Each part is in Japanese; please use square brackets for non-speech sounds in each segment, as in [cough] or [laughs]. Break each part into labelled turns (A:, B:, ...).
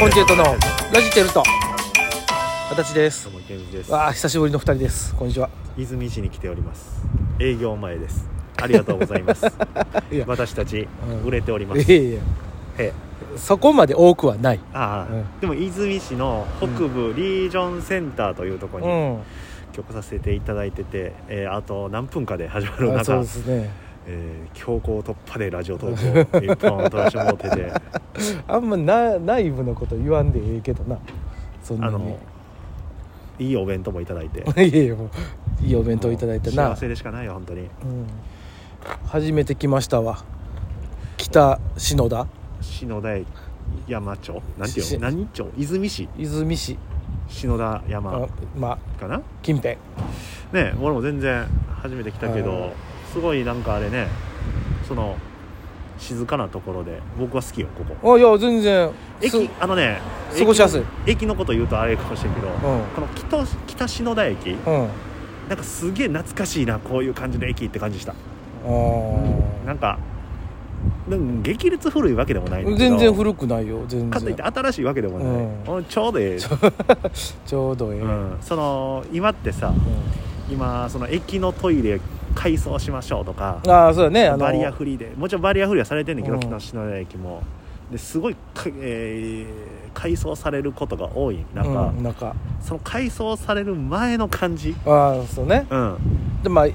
A: コンチェルトのラジチェルト形です
B: どうもケンジです
A: わあ久しぶりの二人ですこんにちは
B: 泉市に来ております営業前ですありがとうございます
A: [laughs] いや
B: 私たち
A: うん
B: 売れておりま
A: い
B: す、
A: やいや
B: ええ
A: そこまで多くはない
B: ああ、
A: うん
B: でも泉市の北部リージョンセンターというとこ
A: う
B: ろに
A: ん
B: 許可させていただいてて、えーあと何分かで始まる
A: あそう
B: 中
A: で、すね
B: えー強行突破でラジオトークを一本取らしてもらってて
A: あんまな内部のこと言わんでええけどなそんな
B: あ
A: に
B: の
A: [laughs]
B: いいお弁当もいただいて
A: いやいやもういいお弁当いただいて
B: もう
A: な
B: 幸、せでしかないよ本当に
A: うん、初めて来ましたわ北篠田
B: 篠田山町なんていう
A: し
B: の何町泉市
A: 泉市
B: 篠田
A: あ
B: 山
A: まあ
B: かな
A: 近辺
B: ね俺も全然初めて来たけ
A: は
B: ど
A: い
B: すごいなんかあれねその静かなところで僕は好きよここ
A: あいや全然す
B: 駅あのね
A: 過ごしやすい
B: 駅駅のこと言うとあれかもしれんけど、
A: ん
B: この北北篠田駅
A: うん
B: なんかすげえ懐かしいなこういう感じの駅って感じした、
A: あー
B: なんかなんか激烈古いわけでもないんだけど
A: 全然古くないよ全
B: かといって
A: 然
B: 新しいわけでもない、
A: うん
B: 俺ちょうどええ
A: ちょうどええ、
B: う
A: うん
B: ん、その今ってさ今その駅のトイレ改装しましょうとか
A: ああそうだねあの
B: バリアフリーでもちろんバリアフリーはされてんねんけど、
A: うん
B: 北篠田駅もですごいか、えー改装されることが多い中、
A: うん、なんか
B: その改装される前の感じ
A: ああそうね
B: うん
A: でまあ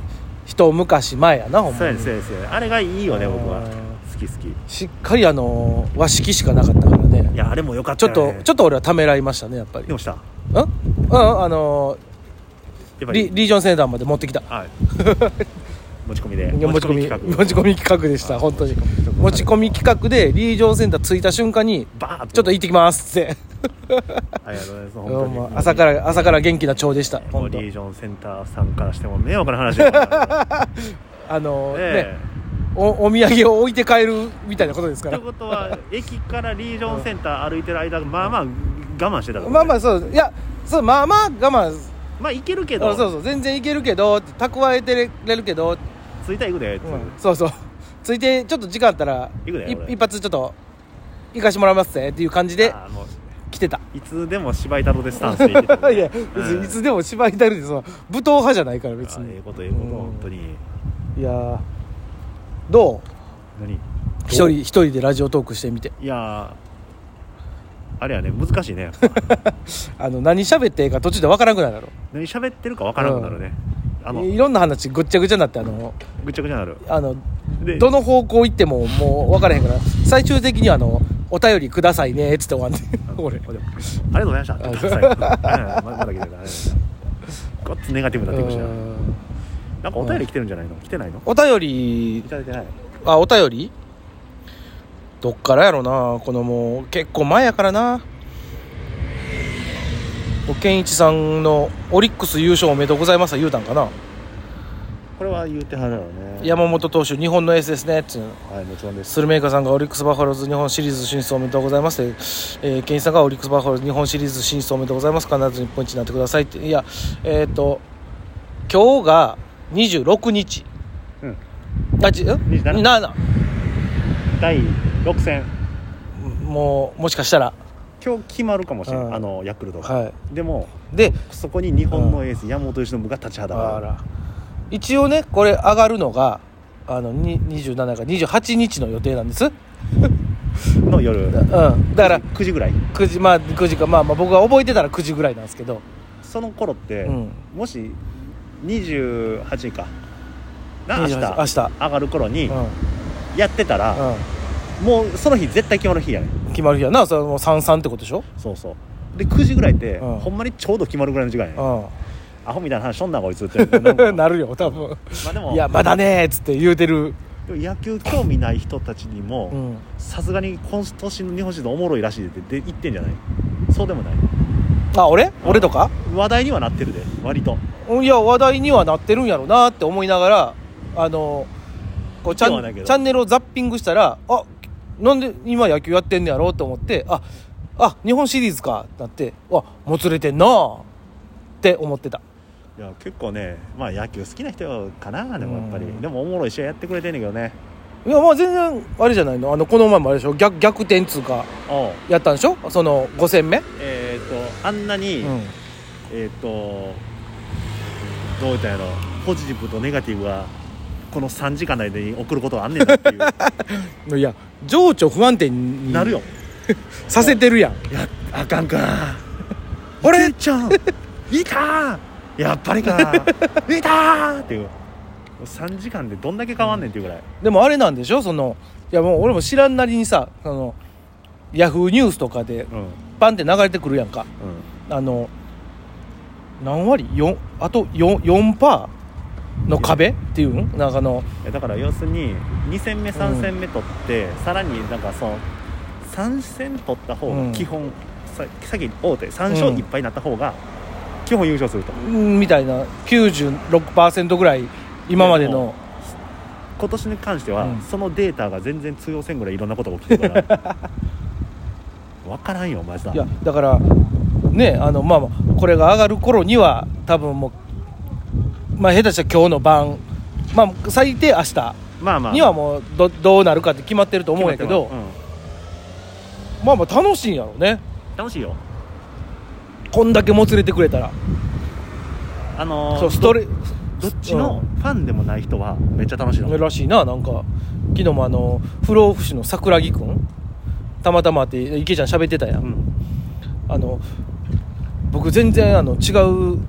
A: 一昔前やなほん
B: そう
A: ま
B: や
A: に
B: ねそうやねそうやねあれがいいよね
A: うん
B: 僕は好き好きい
A: しっかりあの和式しかなかったからね
B: やあれもよかっ
A: ち
B: た
A: ょっ
B: よ、
A: と
B: ね、
A: ちょっと俺はためらいましたねやっぱり
B: でもしたや
A: うんうんあの
B: っぱ
A: リ
B: り
A: リージョンセンターまで持ってきた
B: はい
A: [laughs]
B: 持ち込みで
A: いや持ち込み
B: 企画
A: 持ち込み企画でした本当に持ち込み企画でリージョンセンター着いた瞬間に
B: バーッ
A: ちょっと行ってきますって
B: ありがとうございます
A: [laughs]
B: 本当に
A: もう朝から朝から元気な蝶でした
B: もう
A: 本当
B: リージョンセンターさんからしても迷惑な話だから、
A: あの
B: え
A: [laughs] ねおお土産を置いて帰るみたいなことです
B: え
A: か
B: とい
A: ら
B: うことは駅からリージョンセンター歩いてる間まあまあ我慢してたから、
A: まあま
B: あ
A: あそういやそうまあまあ我慢
B: まあ行けるけ
A: そ
B: ど
A: うそう全然いけるけどって蓄えてれるけど、
B: 着いたら行くで、
A: うんそうそうついてちょっと時間あったら
B: 行くで
A: い
B: 俺
A: 一発ちょっと行かしてもらいますぜっていう感じで
B: ああも
A: 来て
B: [laughs]
A: た
B: ういつでも芝居太郎でスタンスで行ってたもん
A: [laughs] いや別
B: うん
A: にいつでも芝居たるでその武闘派じゃないから別
B: ああええ
A: に
B: ことええこと、
A: うん
B: 本当に
A: いやーどう
B: 何
A: 一人一人でラジオトークしてみて
B: いやあれやね難しいねやっ
A: [laughs]
B: ぱ
A: あの何喋っていいか途中でわからなくなるだろ
B: 何喋ってるかわからなくなるね、あの
A: いろんな話ぐっちゃぐちゃになってあの
B: ぐちゃぐちゃになる
A: あの
B: で
A: どの方向行ってももう分からへんから最終的にはあの「お便りくださいね」っつって終わんね俺
B: あでもありがとうございましたって言ってください。うんままだ来てるからありがとうございました。ごっつネガティブになっていくしな。
A: うん
B: なんかお便り来てるんじゃないの来てないの
A: お便り
B: いただいてない。
A: あお便りどっからやろなこのもう結構前やからなお健一さんの「オリックス優勝おめでとうございます」言うたんかな
B: これは言うてはるやろね。
A: 山本投手日本のエースですねっつうの
B: はい、もちろんです。
A: スルメーカーさんがオリックス・バファローズ日本シリーズ進出おめでとうございますって、えー、ケンイチさんがオリックス・バファローズ日本シリーズ進出おめでとうございます必ず日本一になってくださいっていやえっ、と今日が26日
B: うん。
A: あちん
B: 27
A: 7
B: 第6戦。
A: もうもしかしたら
B: 今日決まるかもしれ
A: うん
B: ん。あの、ヤクルトが。
A: は
B: でも、
A: いで
B: そこに日本のエース、山本由伸が立ちはだ
A: あ
B: かる。
A: ら一応ねこれ上がるのがあのに27か28日の予定なんですうん
B: の夜。
A: だから
B: 9時ぐらい。
A: 9時まあ9時かまあまあ僕が覚えてたら9時ぐらいなんですけど
B: その頃って
A: うん、
B: もし28日か。な明日
A: 28明日
B: 上がる頃に
A: う
B: やってたら、
A: ん、
B: もうその日絶対決まる日やねん
A: うん、決まる日やなそれはもう33ってことでしょ
B: そうそうで9時ぐらいって、
A: うん
B: ほんまにちょうど決まるぐらいの時間やねん
A: う
B: アホみたいな話しょんなこいつってなんか
A: ん、 [laughs] なるよ多分
B: まあでも
A: [laughs] いやまだねーっつって言うてる、
B: でも野球興味ない人たちに
A: う
B: も
A: ん、
B: さすがに今年の日本シリーズおもろいらしいでってで言ってんじゃないそうでもない
A: あ俺俺とか
B: 話題にはなってるで割と
A: うんいや話題にはなってるんやろなって思いながらあのこうチ
B: 見てはな
A: ャ
B: いけ
A: ン
B: ど
A: チャンネルをザッピングしたらあなんで今野球やってんねやろうと思ってああ日本シリーズかってなってあもつれてんなーって思ってた
B: いや結構ねまあ野球好きな人かなでもやっぱり、
A: うん
B: でもおもろい試合やってくれてんねんけどね
A: いやまあ全然あれじゃないのあのこの前もあれでしょ逆逆転っつうか
B: おう
A: やったんでしょその5戦目、
B: えっ、とあんなに、
A: うん
B: えっ、とどう言ったんやろポジティブとネガティブがこの3時間内で送ることはあんねんなってい
A: [laughs]
B: う
A: いや情緒不安定に
B: なるよ
A: させてるやん
B: やあかんか
A: あれ
B: いけちゃんいたーやっぱりかいたーっていう3時間でどんだけ変わんねんっていうぐらい、
A: でもあれなんでしょそのいやもう俺も知らんなりにさそのヤフーニュースとかで
B: うんうん
A: バンって流れてくるやんかあの何割4あと 4, 4パーの壁っていうんなんかあの
B: いやだから要するに2戦目3戦目取って、さらになんかその3戦取った方
A: う
B: が
A: ん
B: 基本、ささっき大手3勝
A: うん
B: 1敗になった方が基本優勝すると、
A: うんみたいな96%ぐらい今まで
B: で
A: の
B: も今年に関しては、
A: うん
B: そのデータが全然通用せんぐらいいろんなことが起きてるから
A: [laughs]
B: 分からんよマジだ
A: いやだからねあのまあまあこれが上がる頃には多分もうまあ下手したら今日の晩まあ最低明日
B: まあまあ
A: にはもうどどうなるかって決まってると思うんやけど
B: 決まってます
A: まあまあ楽しいんやろうね
B: うん楽しいよ
A: こんだけもつれてくれたら
B: あのー
A: そうストレ
B: どどっちのファンでもない人はめっちゃ楽しいの、
A: らしいななんか昨日もあの不老不死の桜木くんたまたま会って池ちゃん喋ってたやん、
B: うん
A: あの僕全然あの違う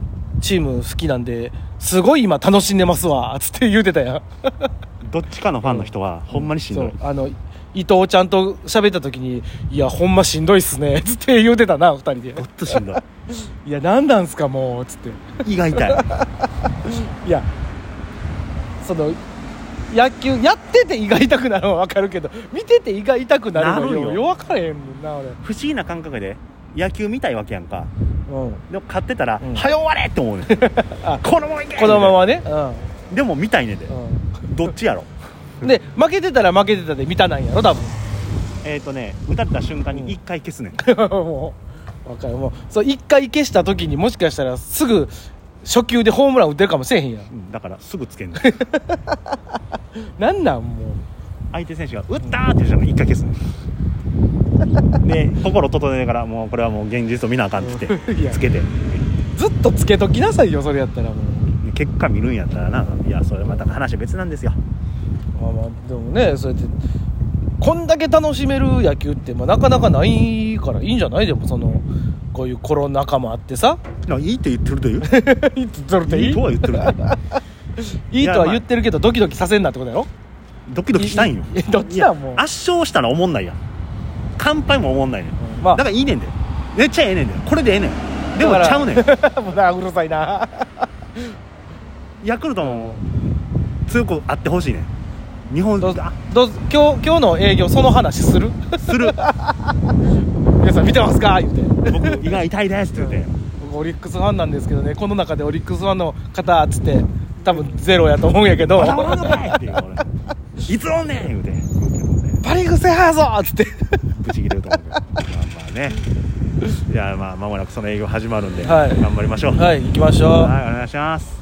A: チーム好きなんですごい今楽しんでますわつって言うてたやん
B: どっちかのファンの人はほんまにしんどい、
A: そうあの伊藤ちゃんと喋った時に「いやほんましんどいっすね」つって言うてたな二人で
B: ごっとしんどい
A: 「いや何なんすかもう」つって
B: 胃が痛い
A: いやその野球やってて胃が痛くなるのは分かるけど見てて胃が痛くなるの
B: なる
A: よ
B: よ
A: 弱かれへんもんな俺
B: 不思議な感覚で野球見たいわけやんか
A: うん
B: でも勝ってたら
A: うん
B: 「早、終われ!」って思うねん
A: [laughs] あ
B: このままいけ
A: このままねうん
B: でも見たいねんで、どっちやろ
A: うんで負けてたら負けてたで満たないんやろ多分 [laughs]
B: えっ、ー、とね打たれた瞬間に1回消すねん、
A: もう分かるもうそう一回消した時にもしかしたらすぐ初球でホームラン打てるかもしれへんやん
B: うんだからすぐつけん
A: [laughs]
B: ねん
A: なんなんもう
B: 相手選手が「打った!」って言うじゃん1回消す
A: [laughs]
B: ねんで心整えながらもうこれはもう現実を見なあかんって言っ
A: いや
B: てつけて
A: ずっとつけときなさいよそれやったらもう
B: 結果見るんやったらないやそれまた話別なんですよ
A: まあまあでもねそうやってこんだけ楽しめる野球って、まあ、なかなかないからいいんじゃないでもそのこういうコロナ禍もあってさ
B: ないいって言ってるでよ
A: [laughs] いつそれで
B: [laughs] いいとは言ってるで
A: いいとは言ってるけどドキドキさせんなってことやろ
B: [laughs] ドキドキしたいんよ
A: いいどっちだもう
B: いや圧勝したらおもんないやん乾杯もおもんないねん
A: うんまあ
B: だからいいねんでめっちゃええねんでこれでええねんでも
A: だから
B: ちゃうねん
A: もうなうるさいな
B: ヤクルトも強くあってほしいねん日本
A: どう
B: あ
A: どう今日今日の営業その話 [laughs] する
B: する
A: 皆さん見てますか言うて
B: 僕胃が痛いですって言って
A: 僕オリックスファンなんですけどねこの中でオリックスファンの方っつって多分ゼロやと思うんやけ [laughs]
B: 「
A: ど
B: まだおらんのかい!」って言う俺「いつおんねん!」言うて
A: パリグセハーぞっつって
B: ブチ切れると思うけどまあまあねじゃあまあまもなくその営業始まるんで、
A: はい
B: 頑張りましょう
A: はい行きましょう
B: はい、お願いします。